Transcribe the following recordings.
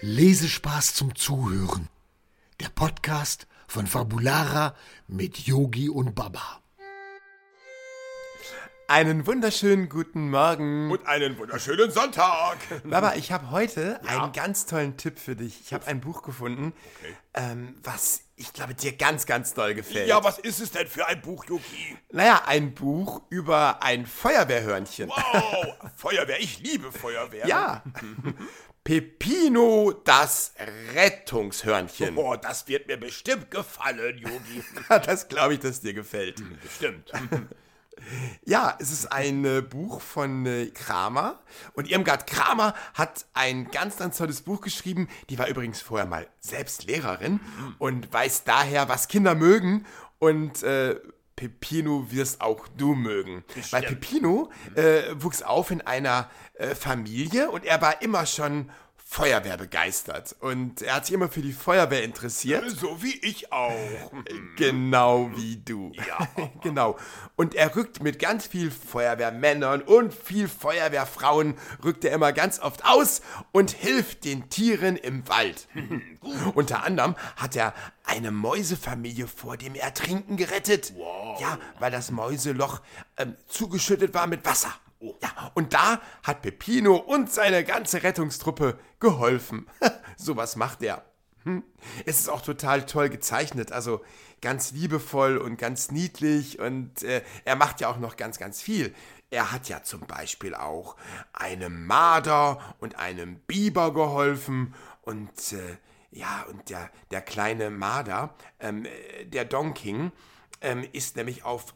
Lesespaß zum Zuhören. Der Podcast von Fabulara mit Yogi und Baba. Einen wunderschönen guten Morgen. Und einen wunderschönen Sonntag. Baba, ich habe heute einen ganz tollen Tipp für dich. Ich habe ein Buch gefunden, ähm, was ich glaube dir ganz, ganz doll gefällt. Ja, was ist es denn für ein Buch, Yogi? Naja, ein Buch über ein Feuerwehrhörnchen. Wow, Oh, Feuerwehr, ich liebe Feuerwehr. Ja. Pepino, das Rettungshörnchen. Boah, Oh, das wird mir bestimmt gefallen, Yogi. Das glaube ich, dass dir gefällt. Bestimmt. Ja, es ist ein äh, Buch von äh, Kramer. Und Irmgard Kramer hat ein ganz, ganz tolles Buch geschrieben. Die war übrigens vorher mal selbst Lehrerin und weiß daher, was Kinder mögen. Und äh, Pepino wirst auch du mögen. Weil Pepino äh, wuchs auf in einer äh, Familie und er war immer schon Feuerwehr begeistert. Und er hat sich immer für die Feuerwehr interessiert. So wie ich auch. Genau wie du. Ja. genau. Und er rückt mit ganz viel Feuerwehrmännern und viel Feuerwehrfrauen, rückt er immer ganz oft aus und hilft den Tieren im Wald. Unter anderem hat er eine Mäusefamilie vor dem Ertrinken gerettet. Ja, weil das Mäuseloch ähm, zugeschüttet war mit Wasser. Ja, und da hat Peppino und seine ganze Rettungstruppe geholfen. Sowas macht er. Hm. Es ist auch total toll gezeichnet, also ganz liebevoll und ganz niedlich und äh, er macht ja auch noch ganz, ganz viel. Er hat ja zum Beispiel auch einem Marder und einem Biber geholfen und äh, ja, und der, der kleine Marder, ähm, äh, der Donking, ähm, ist nämlich auf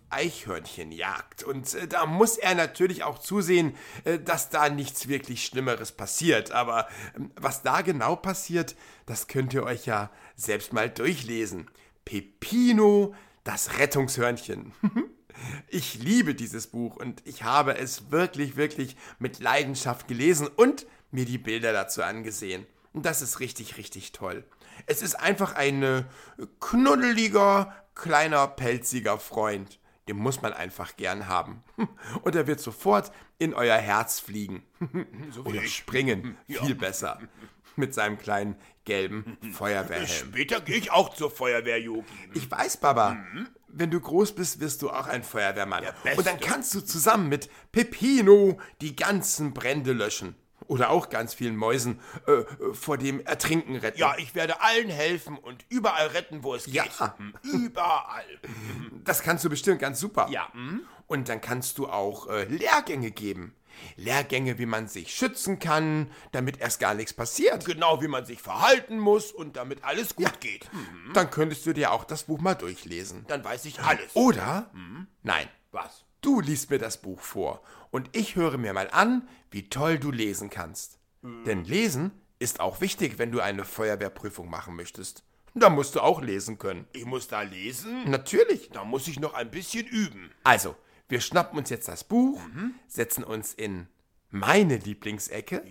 Eichhörnchenjagd. Und äh, da muss er natürlich auch zusehen, äh, dass da nichts wirklich Schlimmeres passiert. Aber ähm, was da genau passiert, das könnt ihr euch ja selbst mal durchlesen. Pepino, das Rettungshörnchen. Ich liebe dieses Buch und ich habe es wirklich, wirklich mit Leidenschaft gelesen und mir die Bilder dazu angesehen. Und das ist richtig, richtig toll. Es ist einfach ein äh, knuddeliger, kleiner, pelziger Freund. Den muss man einfach gern haben. Und er wird sofort in euer Herz fliegen. Oder springen. Hm, Viel besser. Mit seinem kleinen gelben Feuerwehrhelm. Später gehe ich auch zur Feuerwehr, Yogi. Ich weiß, Baba. Wenn du groß bist, wirst du auch ein Feuerwehrmann. Mhm. Beste. Und dann kannst du zusammen mit Peppino die ganzen Brände löschen. Oder auch ganz vielen Mäusen äh, äh, vor dem Ertrinken retten. Ja, ich werde allen helfen und überall retten, wo es Ja. geht. Hm, Überall. Hm. Das kannst du bestimmt ganz super. Ja. Mhm. Und dann kannst du auch äh, Lehrgänge geben. Lehrgänge, wie man sich schützen kann, damit erst gar nichts passiert. Genau wie man sich verhalten muss und damit alles gut geht. Dann könntest du dir auch das Buch mal durchlesen. Dann weiß ich alles. Oder? Mhm. Nein. was? Du liest mir das Buch vor und ich höre mir mal an, wie toll du lesen kannst. Denn Lesen ist auch wichtig, wenn du eine Feuerwehrprüfung machen möchtest. Da musst du auch lesen können. Ich muss da lesen? Natürlich. Da muss ich noch ein bisschen üben. Also, wir schnappen uns jetzt das Buch, Mhm. setzen uns in meine Lieblingsecke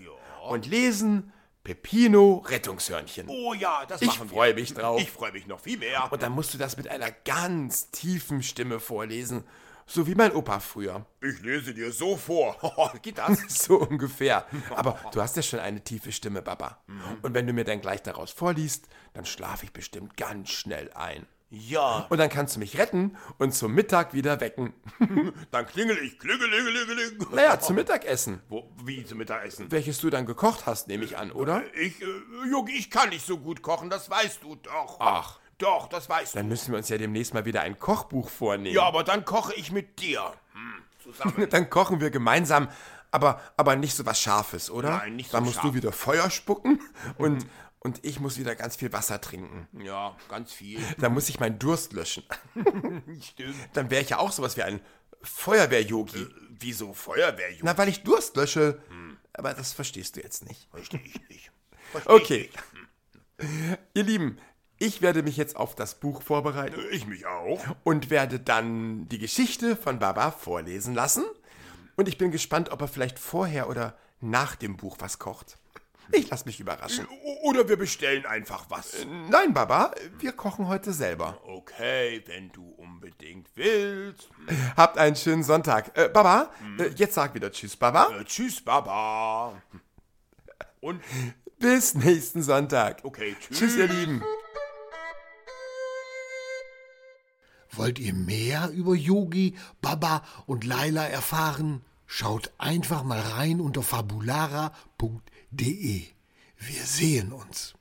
und lesen Peppino Rettungshörnchen. Oh ja, das ich machen wir. freue mich drauf. Ich freue mich noch viel mehr. und dann musst du das mit einer ganz tiefen Stimme vorlesen, so wie mein Opa früher. Ich lese dir so vor. geht das? So ungefähr. Aber du hast ja schon eine tiefe Stimme, Baba. Mhm. Und wenn du mir dann gleich daraus vorliest, dann schlafe ich bestimmt ganz schnell ein. Ja. Und dann kannst du mich retten und zum Mittag wieder wecken. Dann klingel ich, klingelingelingeling. Naja, zum Mittagessen. Wo, wie zum Mittagessen? Welches du dann gekocht hast, nehme ich an, oder? Ich, äh, Jogi, ich kann nicht so gut kochen, das weißt du doch. Ach. Doch, das weißt du. Dann müssen wir uns ja demnächst mal wieder ein Kochbuch vornehmen. Ja, aber dann koche ich mit dir. Hm, zusammen. Dann kochen wir gemeinsam, aber, aber nicht so was Scharfes, oder? Nein, nicht so Dann musst scharf. Mhm. du wieder Feuer spucken und, und ich muss wieder ganz viel Wasser trinken. ja, ganz viel. Äh, Dann muss ich meinen Durst löschen. Stimmt. Dann wäre ich ja auch sowas wie ein Äh. Feuerwehr-Yogi. Wieso Feuerwehr, Jogi? Na, weil ich Durst lösche. Aber das verstehst du jetzt nicht. Verstehe ich Hm. nicht. Hm. Versteh Okay. Ihr Lieben, ich werde mich jetzt auf das Buch vorbereiten. Ich, nicht. ich mich auch. und werde dann die Geschichte von Baba vorlesen lassen. Und ich bin gespannt, ob er vielleicht vorher oder nach dem Buch was kocht. Ich lasse mich überraschen. O oder wir bestellen einfach was. Nein, Baba, wir kochen heute selber. Okay, wenn du unbedingt willst. Habt einen schönen Sonntag. Äh, Baba, Hm. äh, jetzt sag wieder Tschüss, Baba. Äh, tschüss, Baba. Äh, Und Bis nächsten Sonntag. Okay, Tschüss, ihr Lieben. Wollt ihr mehr über Yogi, Baba und Laila erfahren? Schaut einfach mal rein unter fabulara.de. Wir sehen uns.